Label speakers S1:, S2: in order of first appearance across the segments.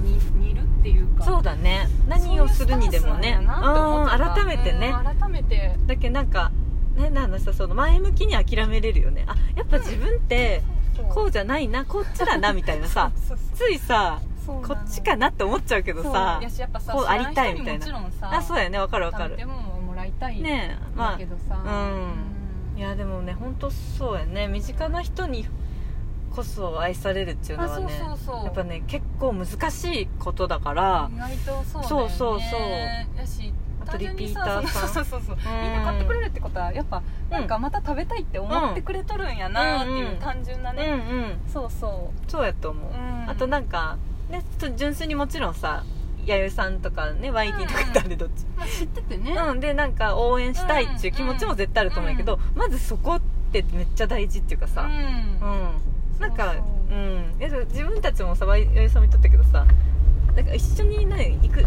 S1: っていうか
S2: そうだね何をするにでもね
S1: そういうスタンスなんだなって思っちゃっ
S2: うん
S1: た
S2: 改めてね
S1: うん改めて
S2: だけどなんかなんだろうなさその前向きに諦めれるよねあやっぱ自分って
S1: そう
S2: こうじゃないなこっちだ なみたいなさ
S1: そうそう
S2: ついさ
S1: そう
S2: こっちかなって思っちゃうけど
S1: さ
S2: さ
S1: やしやっぱさ
S2: こうありたいみたいな
S1: 知らん人にもちろんさ
S2: あそうやねわかるわか
S1: 食べ
S2: る
S1: てももらいたい
S2: ねえま
S1: だ
S2: あ
S1: けどさ、
S2: うんいやでもね本当そうやね身近な人にこそ愛されるっていうの
S1: あ
S2: は
S1: そう
S2: ね
S1: そうそう
S2: やっぱね結構難しいことだから
S1: 意外とそうだよね
S2: そうそうそう
S1: やし
S2: あと
S1: 単純に
S2: リピーターさん
S1: そうそうそうそう
S2: うん
S1: みんな買ってくれるってことはやっぱなんかまた食べたいって思ってくれとるんやなってい
S2: うん
S1: う単純な
S2: うんう
S1: ね、
S2: ん
S1: そうそ
S2: そうやと思う
S1: う、うん、
S2: あとなんかねちょっと純粋にもちろんさ弥生さんとかね YT とかってあれどっち
S1: まあ知っててね、
S2: うん、でなんか応援したいっていう気持ちも絶対あると思うんやけど、まずそこってめっちゃ大事っていうかさ、うん
S1: う
S2: なんか
S1: そう
S2: う
S1: そうん
S2: いや自分たちもさばいよいさんも言っとったけどさなんか一緒に何行く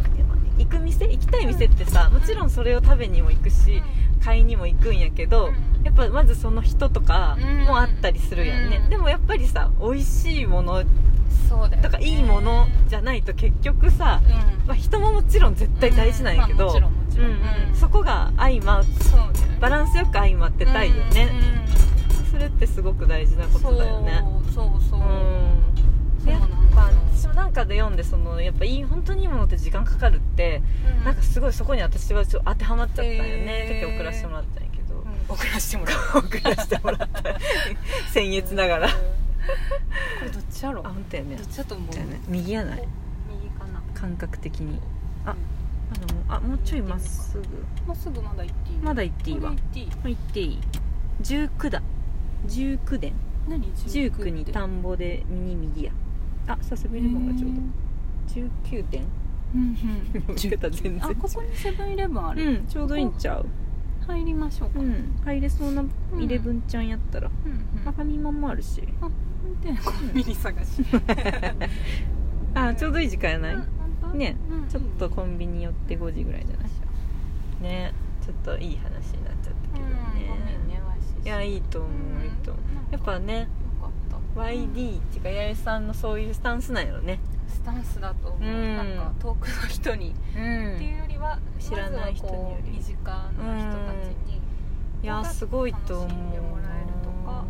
S2: 行く店行きたい店ってさ、もちろんそれを食べにも行くし、買いにも行くんやけど、やっぱまずその人とかもあったりするやんね、
S1: うん
S2: でもやっぱりさ美味しいもの
S1: そうだよね
S2: とかいいものじゃないと結局さ、
S1: うん
S2: まあ、人ももちろん絶対大事なんやけど、
S1: まあもちろんもち
S2: うん
S1: ろん、
S2: うん、そこが相まう
S1: そうだよね
S2: バランスよく相まってたいよね、それってすごく大事な
S1: うんうん
S2: ことだよね
S1: そうそうそうう、
S2: ん
S1: そう
S2: や
S1: な
S2: っ
S1: んだ
S2: ぱ私もなんかで読んでそのやっぱいい本当にいいものって時間かかるって、
S1: うん
S2: なんかすごいそこに私はちょっと当てはまっちゃったんよね、
S1: へー
S2: だけ送らせてもらったんやけど、
S1: うん送らせてもらう
S2: 送らせても らった僭越ながら
S1: こ
S2: あ
S1: れどっちやろどっ
S2: 本当やね
S1: ちやと思う、
S2: だよね右やない
S1: 右かな
S2: 感覚的にあ
S1: うん
S2: あでもあもうちょいまっすぐ
S1: もうすぐまだ行っていい
S2: まだ行っていい
S1: ま
S2: わ
S1: だ行っていい
S2: 行っていい19だ19年
S1: 何19
S2: 19に田んぼで右右やあ久しぶ
S1: ブ
S2: りの方がちょうど19点
S1: うんうん
S2: 受けた全然
S1: あここにセブンイレブンある、
S2: うんちょうどいいんちゃう
S1: 入りましょうか、
S2: うん入れそうなイレブンちゃんやったら、
S1: うんうん
S2: まあファミマもあるし
S1: でコンビニ探し、
S2: あちょうどいい時間やない、
S1: い
S2: ねちょっとコ
S1: ン
S2: ンビニ寄って5時ぐらいじゃないねちょっといい話になっちゃったけどね、
S1: ごめんねわし
S2: いやいいと思ういいと思うやっぱ
S1: よ
S2: ね
S1: かった
S2: YD っていうか八重さんのそういうスタンスなんやろね
S1: スタンスだと思う、
S2: うん
S1: なんか遠くの人に、
S2: う
S1: っていうよりは
S2: 知らない人によ
S1: まずはこ
S2: り
S1: う身近な人たちに
S2: いやすごいと思う
S1: 楽しんでもらえるとか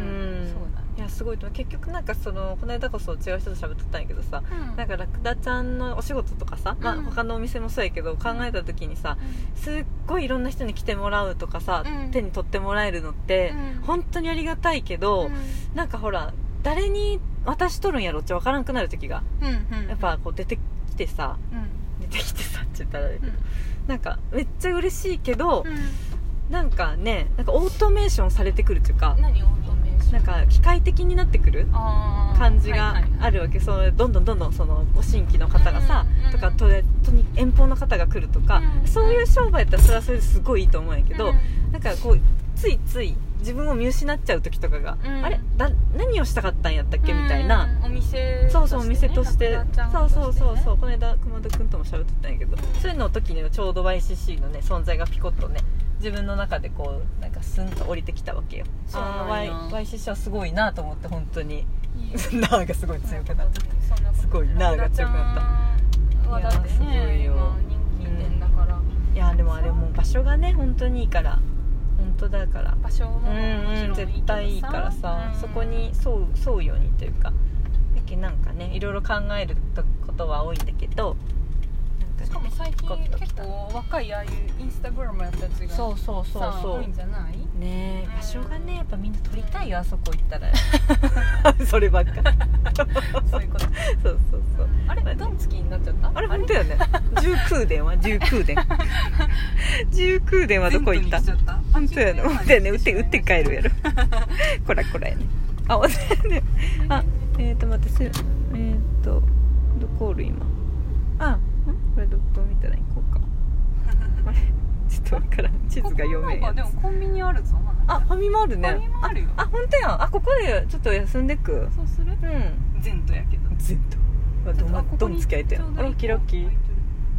S1: うん、
S2: うん
S1: そうだね
S2: いやすごいと思う結局なんかそのこの間こそ違う人と喋っとったんやけどさ
S1: うん
S2: なんかラクダちゃんのお仕事とかさ、ま
S1: う
S2: あ、
S1: ん
S2: 他のお店もそうやけど考えた時にさすっごいいろんな人に来てもらうとかさ、
S1: うん
S2: 手に取ってもらえるのって
S1: うん
S2: 本当にありがたいけど、なんかほら誰に渡しとるんやろって分からんくなる時が
S1: うんうんうん
S2: やっぱこう出てきてさ
S1: うん
S2: 出てきてさって言ったらあれだけど
S1: うん
S2: なんかめっちゃ嬉しいけど、
S1: うん
S2: なんかねなんかオートメーションされてくるっていうか
S1: 何オートメーショ
S2: なん
S1: ン
S2: か機械的になってくる
S1: あー
S2: 感じがあ
S1: る
S2: るわけ、そうどんどんどんどんそのご新規の方がさ、
S1: うんうんうん
S2: とかととに遠方の方が来るとか、
S1: うんうん
S2: そういう商売やったらそれはそれですごいいいと思うんやけど、
S1: う
S2: なんかこうついつい自分を見失っちゃう時とかが、
S1: うん
S2: あれだ何をしたかったんやったっけ
S1: ん
S2: みたいな。
S1: うんお店
S2: そうそうお店として,、
S1: ラクダちゃ
S2: そうん
S1: としてね
S2: そうそうそうこの間熊田君とも喋ってたんやけど
S1: ん
S2: そういうのの時にちょうど YCC のね存在がピコッとね自分の中でこうなんかスンと降りてきたわけよ
S1: そうなんや
S2: ああ YCC はすごいなと思って本当 に
S1: いい
S2: なあがすごい強くなった
S1: そんなこと
S2: すごいなあが強くな
S1: ったはだって
S2: いやーすごい
S1: ね
S2: よ
S1: 今人気店だから、
S2: いやでもあれもう場所がね本当にいいから本当だから
S1: 場所も
S2: う
S1: もち
S2: んう
S1: ろ
S2: ん
S1: ん
S2: 絶対いいからさ、そこに沿う沿うようにというかだけどなんかねいろいろ考えることは多いんだけどなんね
S1: しかも最
S2: ピコッ
S1: 近
S2: とき
S1: 結
S2: た
S1: 構若いああいうインスタグラムやったやつが
S2: そうそうそう
S1: さ
S2: そ
S1: 多いんじゃないう
S2: ね
S1: うん
S2: え場所がねやっぱみんな撮りたいよあそこ行ったら そればっか
S1: そういうこと
S2: そうそうそう
S1: あれドンツキになっちゃった
S2: あれ本当だよね十空伝は十空 伝十空伝はどこ行った本当やね本当やね打って打って帰るやろ こらこらやねあおせねあえっ、ー、と待ってすえっ、ー、とどこおる今あんこれどどう見たらいいこ うかあれちょっとわからん地図
S1: こ
S2: が
S1: こ
S2: 読めん
S1: な
S2: や
S1: んかでも
S2: つ
S1: コンビニあるぞまだ
S2: あファミマあるね
S1: ファミマあるよ
S2: あ本当やんあここでちょっと休んでく
S1: そうする
S2: うん
S1: 全都やけど
S2: ずっとど
S1: あ
S2: ま
S1: ここに
S2: どんつきあいて
S1: ちょうど
S2: あ
S1: いい
S2: ラッキーラッキー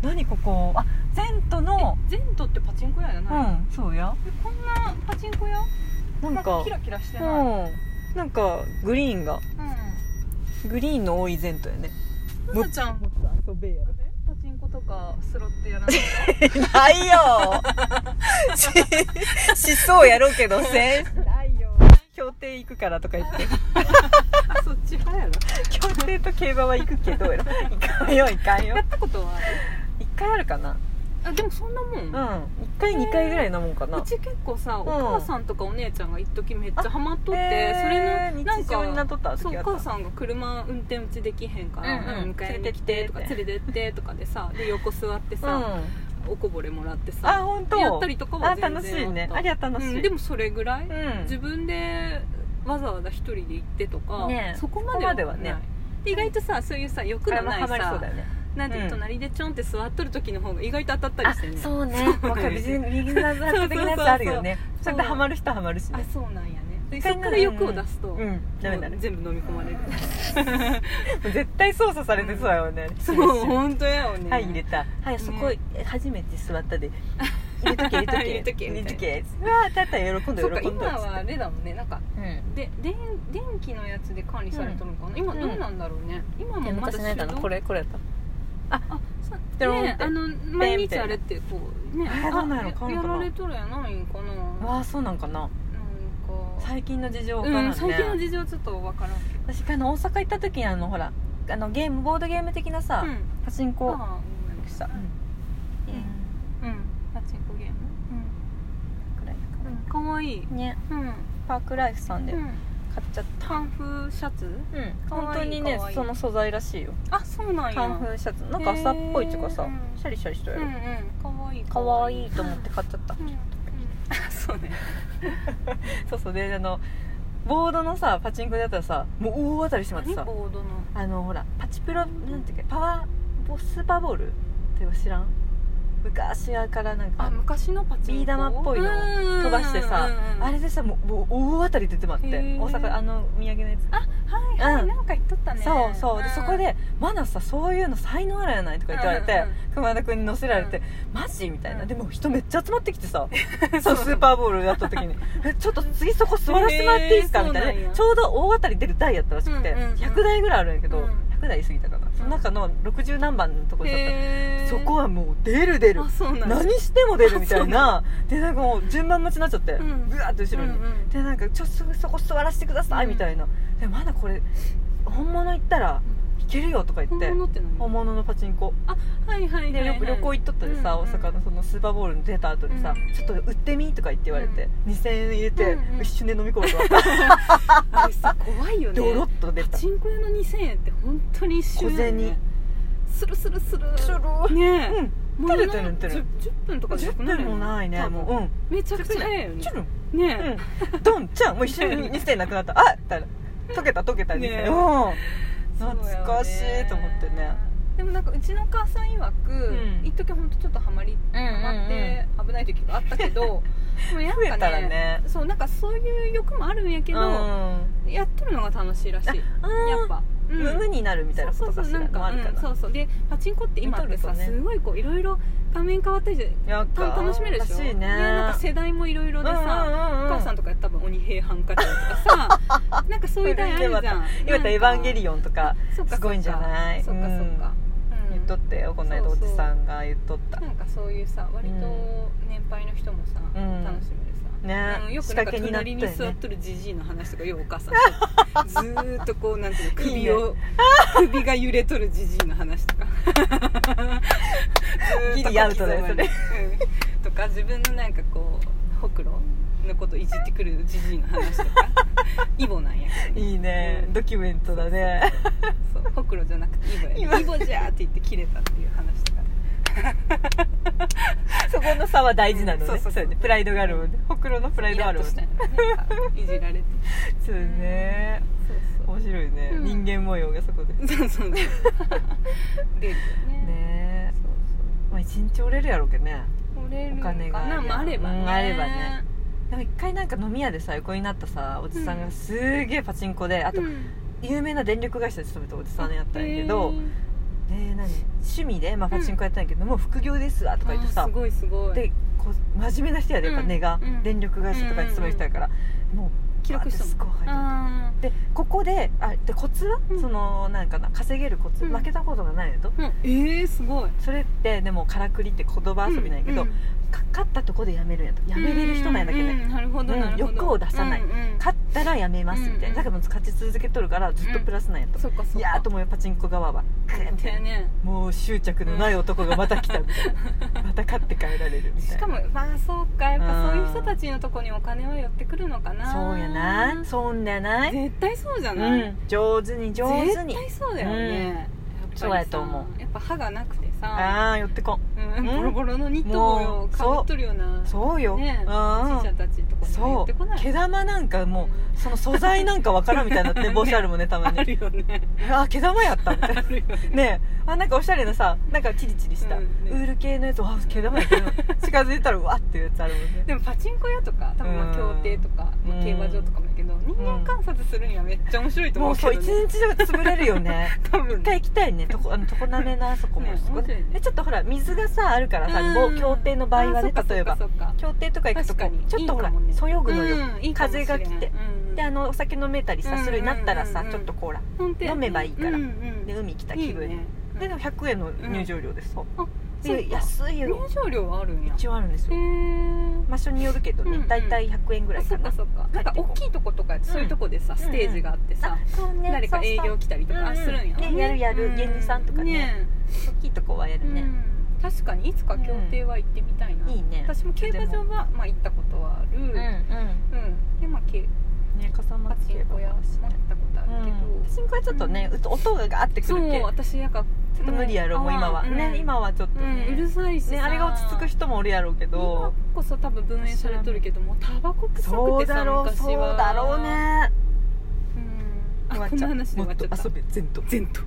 S2: 何ここあゼントの
S1: えゼントってパチンコ屋や
S2: う
S1: ない、
S2: んそうや
S1: えこんなパチンコ屋な
S2: な
S1: ん
S2: ん
S1: か
S2: か
S1: キラキラして
S2: う
S1: ない、うん
S2: んなんかグリーンがグリーンの多いゼントやね
S1: ななちゃん
S2: もっと遊べやろ
S1: パチンコとかスロットやらない
S2: ないよ ししそうやろうけどせん
S1: ないよ
S2: 競艇行くからとか言って
S1: そっち派 やろ
S2: 競艇と競馬は行くけどやろ行かんよ行かんよ
S1: やったことはある
S2: 一回あるかな
S1: あでもそんなもん、
S2: うん一回二回ぐらいなもんかな
S1: うち結構さ、
S2: ん
S1: お母さんとかお姉ちゃんが一時めっちゃハマっとって、
S2: えー
S1: それのなん
S2: 日常になっ
S1: か
S2: とった
S1: そう
S2: 時
S1: お
S2: あっ
S1: 母
S2: た
S1: さんが車運転うちできへんから、
S2: うんうん
S1: なんか迎えに来てとか連
S2: 連
S1: れてってとかでさで横座って
S2: うん
S1: さ、おこぼれもらって
S2: あ
S1: さ
S2: 本当
S1: やったりとかは全然
S2: あ楽しいね
S1: あった
S2: ありゃ楽しい、
S1: うんでもそれぐらい、
S2: うん
S1: 自分でわざわざ一人で行ってとか、
S2: ね
S1: そこまでは
S2: そこまでは
S1: ない
S2: ね
S1: で意外とさそういうさ欲
S2: これ
S1: の
S2: も
S1: な
S2: ハ
S1: い
S2: マりそう
S1: さ
S2: だよね
S1: なんて、
S2: うん
S1: 隣でちょんって座っとる時の方が意外と当たったりしてね
S2: うね
S1: そう
S2: わかる右の
S1: そうそうそう
S2: 的なやつあるよね
S1: そ
S2: そうれでハマる人はハマるし
S1: あ
S2: ね
S1: そうなんやねで
S2: 一
S1: そ
S2: 回
S1: っ
S2: な
S1: から欲を出すと、
S2: うんダメになる
S1: 全部飲み込まれる
S2: 絶対操作されてそうやよね
S1: そう本当やよね
S2: はい入れたはいそこ
S1: ね
S2: 初めて座った で入れとけ入れとけ
S1: 入れとけ
S2: 入れとけうわーたったら喜んで
S1: そっか
S2: 喜ん
S1: 今
S2: で
S1: はあれだもんねなんか
S2: うん
S1: で電電気のやつで管理されとるのかな、今
S2: うん
S1: どうなんだろうね今もまだ
S2: 昔のやつあの
S1: 手動
S2: これこれやった
S1: あそう
S2: ペロン
S1: ね
S2: って
S1: あの毎日あれってこうね
S2: あどうなんやろ買う
S1: や
S2: のかな
S1: られとるやないんかななんか
S2: わあそうなんかな最近の事情わからん
S1: う
S2: ね
S1: ん、最近の事情ちょっとわからんけど
S2: 私あの大阪行った時にあのほらあのゲームボードゲーム的なさ、
S1: うん
S2: パチンコ
S1: あ
S2: さ、
S1: うん
S2: うん
S1: ーうんパチンコゲーム
S2: くらいだ
S1: う
S2: か
S1: ん、うん、かわいい
S2: らね
S1: うん、う
S2: パークライフさんで買っ
S1: ん、
S2: ちゃった、
S1: カンフーシャツ
S2: うん
S1: かわいい
S2: 本当にね
S1: かわいい
S2: その素材らしいよ
S1: あそうなんや
S2: カンフーシャツなんか朝っぽいっていうかさ、
S1: へー
S2: シャリシャリしたや
S1: うんう
S2: ろ、
S1: んかわいい
S2: かわいいと思って買っちゃった、
S1: うんうんあそう ね
S2: そうそうであのボードのさパチンコだったらさもう大当たりしてまって
S1: 何
S2: さ
S1: ボードの
S2: あのほらパチプロなんていうかパワーボスパボールっていうの知らん昔からなん
S1: あ
S2: か
S1: 昔のパチンコ
S2: ビー玉っぽいの
S1: を
S2: 飛ばしてさあれでさもうもう大当たり出てまって
S1: へー
S2: 大阪あのお土産のやつ
S1: はいはい、
S2: うん
S1: なんか言っとったね
S2: そうそうで
S1: ん
S2: そこで「マナさそういうの才能あるやない」とか言って言われて、
S1: うんうん
S2: 熊田君に乗せられて
S1: う
S2: 「マジ?」みたいな、
S1: うん
S2: でも人めっちゃ集まってき てさ
S1: そ
S2: そううスーパーボールやった時に「えちょっと次そこ座らせてもらっていいですか
S1: へー
S2: みたい
S1: そう
S2: な
S1: なんや
S2: ちょうど大当たり出る台やったらしくて、
S1: うんうんうん
S2: 100台ぐらいあるんやけど、
S1: うん
S2: 100台過ぎたかな、その中の60何番のところだった、
S1: へー
S2: そこはもう出る出る
S1: あそうなんや
S2: 何しても出るみたいなでなんかもう順番待ちになっちゃって、
S1: うん
S2: ぐわーって後ろに、
S1: うんうん
S2: でなんかちょっとそこ座らせてください
S1: うん
S2: みたいな、でまだこれ本物行ったらいけるよとか言っ
S1: 本
S2: て
S1: 物って何
S2: 本物のパチンコ
S1: はいはいはい、
S2: で
S1: はい、
S2: 旅旅行行っとったでさ、
S1: うんうん
S2: 大阪のそのスーパーボールに出た後にさ、
S1: うん
S2: ちょっと売ってみとか言って言われて、2000円入れて、
S1: うんうん
S2: 一瞬で飲み込むと か
S1: あれさ怖いよね
S2: ドロッと出
S1: パ
S2: た
S1: チンコ屋の2000円って本当に一瞬やね
S2: 小銭
S1: スルスルスル
S2: スルー
S1: ね
S2: うん
S1: え、もう
S2: 照れてる照れてる
S1: 10, 分とかじゃ
S2: 10
S1: くな
S2: 分
S1: い
S2: もないね
S1: 多分
S2: もううん
S1: めちゃくちゃ早いよね
S2: チュルン
S1: ね
S2: うんドンちゃんもう一瞬に2000円なくなったあっったら溶けた溶けたみたい
S1: ねえ
S2: な、うん
S1: え
S2: 懐かしいと思ってね
S1: でもなんかうちのお母さん曰く
S2: うん
S1: 一時本当ちょっとハマり
S2: うんうんうん
S1: ハマって危ない時があったけ どでもやっ
S2: 増えたらね
S1: そうなんかそういう欲もあるんやけど、
S2: うん
S1: やっとるのが楽しいらしいやっぱ、うん
S2: 無無になるみたいなこと
S1: そうそ
S2: か
S1: う
S2: し
S1: そう
S2: ら
S1: なん
S2: も
S1: か
S2: あるか
S1: うんそ
S2: な
S1: うそうでパチンコって今ってさ、
S2: 見とるとね
S1: すごいこういろいろ画面変わったりで
S2: やっぱ
S1: 楽しめるでしょ
S2: らしいね
S1: なんか世代もいろいろでさ、
S2: お
S1: お母さんとか多分鬼平犯科長とか さなんかそういう代あるじゃん
S2: 今言った「エヴァンゲリオン」とか
S1: オ
S2: すごいんじゃない
S1: そっかそっか、うん
S2: 言っとってよこの間おじさんが言っとった
S1: なんかそういうさ割と年配の人もさ、
S2: うん
S1: 楽しめるさあの
S2: ね
S1: よく
S2: 仕
S1: なん
S2: 掛
S1: か
S2: けになっ
S1: 隣に
S2: た
S1: 座
S2: よ
S1: っ
S2: ね
S1: とるじじいの話とかようお母さんしてるずーっとこうなんていうの首を首が揺れとるじじいの話とかずーっとこう
S2: ギリアウトだよそれ
S1: 刻まれてうんとか自分のなんかこうほくろのこといじってくるじじいの話とかイボなんやけどね
S2: いいね
S1: うん
S2: ドキュメントだね
S1: そうほくろじゃなくてイボや
S2: 今
S1: ねイボじゃーって言って切れたっていう話とか
S2: そこの差は大事なの
S1: そう
S2: ね
S1: そうそう
S2: そうねプライドがあるもんねほくろのプライドある
S1: イラッと
S2: も
S1: したん
S2: ん
S1: やろねな
S2: ね
S1: んかいじられ て
S2: そうね
S1: そうそう
S2: 面白いね
S1: うん
S2: 人間模様がそこで
S1: そうそうそう。出るよね。
S2: ね
S1: そう
S2: まあ一日折れるやろうけどね
S1: そう。折れる
S2: お金が
S1: かな、まあ、あればね。
S2: うんあればね。でも一回なんか飲み屋でさ横になったさおじさんがすげえパチンコであ
S1: あ
S2: と有名な電力会社で勤めたおじさんやったんやけど、で何趣味で、まあ、パチンコやったんやけど、もう副業ですわとか言って
S1: あー
S2: さ
S1: すごいすごい。
S2: でこう真面目な人やでやっぱ根が、
S1: うんうん
S2: 電力会社とかに勤める人やから、もう
S1: 記録した
S2: スコア入ってる
S1: の
S2: でここであでコツは、
S1: うん
S2: そのなんかな稼げるコツ、
S1: うん
S2: 負けたことがないのと
S1: うん、うん、えー、すごい
S2: それってでもからくりって言葉遊びなんやけど、
S1: うん
S2: か勝ったとこでやめるんやとやめれる人なんやだけど、
S1: うんうんなるほど
S2: うん
S1: なるほど、
S2: 欲を出さない
S1: うんうん
S2: 勝ったらやめますみたいな、
S1: うん
S2: だからもう勝ち続けとるからずっとプラスなんやと、
S1: そっかそっか
S2: いやーと思うよパチンコ側はグーンって
S1: だよね
S2: もう執着のない男がまた来たみたい なまた勝って帰られるみたいな
S1: しかもまあそうかやっぱ
S2: う
S1: そ
S2: ん
S1: ういう人たちのとこにお金は寄ってくるのかな
S2: そうやないそんなない、
S1: 絶対そうじゃ
S2: う
S1: ない、
S2: ん、上手に上手に
S1: 絶対そうだよね、やっぱりさ
S2: そうやと思
S1: やっぱ歯がなくてさ、
S2: ああ寄ってこん
S1: うん、
S2: うん
S1: ボロボロのニット帽
S2: も
S1: を
S2: う
S1: か
S2: そう
S1: ぶっとるような
S2: そうよ、
S1: ねえ
S2: う
S1: おじいちゃん
S2: ん
S1: たちとかには寄
S2: そ
S1: ってこな
S2: う
S1: い
S2: 毛玉なんかもうその素材なんかわからんみたいになって帽子あるもんねたま
S1: あ
S2: に
S1: るよね
S2: あ毛玉やったみたい
S1: あ
S2: な
S1: るよね
S2: ねえあなんかおしゃれなさなんかチリチリした、
S1: うんね
S2: ウール系のやつわ毛玉や けど近づいたらうわっていうやつあるもんね
S1: でもパチンコ屋とか多分まあ競艇とか、
S2: うん
S1: まあ競馬場とかもやけど人間観察するにはめっちゃ面白いと
S2: も
S1: 思
S2: う
S1: うけ
S2: そ
S1: ど、
S2: う
S1: ね、
S2: 一日中潰れるよね
S1: 多分
S2: 一回行きたいねとこあの常滑のあそこも
S1: ね
S2: すご
S1: 面
S2: い
S1: 白いね
S2: でちょっとほら水がさあるからさ某協定の場合はね例えば協定とか行くと
S1: 確
S2: こ
S1: かに
S2: ちょっとほら
S1: いいかもね
S2: そよぐのよ風
S1: 風
S2: が
S1: が
S2: 来
S1: 来
S2: て
S1: て、うん
S2: であのお酒飲めたり
S1: う
S2: さ
S1: ん
S2: するようになったら
S1: う
S2: さ
S1: んうん
S2: ちょっとコーラ
S1: 本当やね
S2: 飲めばいいから
S1: うんうん
S2: で海来た
S1: い
S2: 気
S1: い
S2: 分
S1: ねうん
S2: ででも100円の入場料ですそう
S1: あそう
S2: で
S1: か
S2: 安いよ
S1: 入場料はあるんや
S2: 一応あるんです
S1: へ
S2: よ
S1: ー
S2: 場所によるけど
S1: うんう
S2: ね
S1: ん
S2: 大体100円ぐら
S1: あ
S2: い
S1: そ
S2: か
S1: っか
S2: な
S1: そっかなんか大きいとことかやとそういうとこでさ、
S2: ん
S1: ステージがあってさ、
S2: そうね
S1: 誰か営業来たりと
S2: そう
S1: か
S2: そう
S1: するんや
S2: うんうんねやるやる
S1: う
S2: 芸人さんとかねそう大きいとこはやる
S1: う
S2: ね
S1: ん確かにいつか競艇は行ってみたいな、
S2: いいね
S1: 私も競馬場は、まあ、行ったことはある、うん
S2: うんうん
S1: でまあけ
S2: ね笠
S1: パ
S2: 松
S1: チンコ屋も行ったことあるけど、
S2: うんパチンコはちょっとね、うと音がガーってく
S1: そう
S2: るけちょ
S1: 私なんか
S2: っと無理やろ、もう今は、
S1: うん
S2: ね今はちょっと
S1: うん
S2: ね、
S1: うるさいしさ
S2: ねあれが落ち着く人もおるやろうけ
S1: 今
S2: ど
S1: こそ多分分煙されとるけどもうタバコ臭くてさ
S2: そうだろう
S1: 昔は
S2: そうだろうね
S1: うんあ
S2: 終わっ
S1: こん
S2: ちゃ
S1: な
S2: う
S1: 話で終わっちゃった
S2: もっと遊べ全と
S1: 全と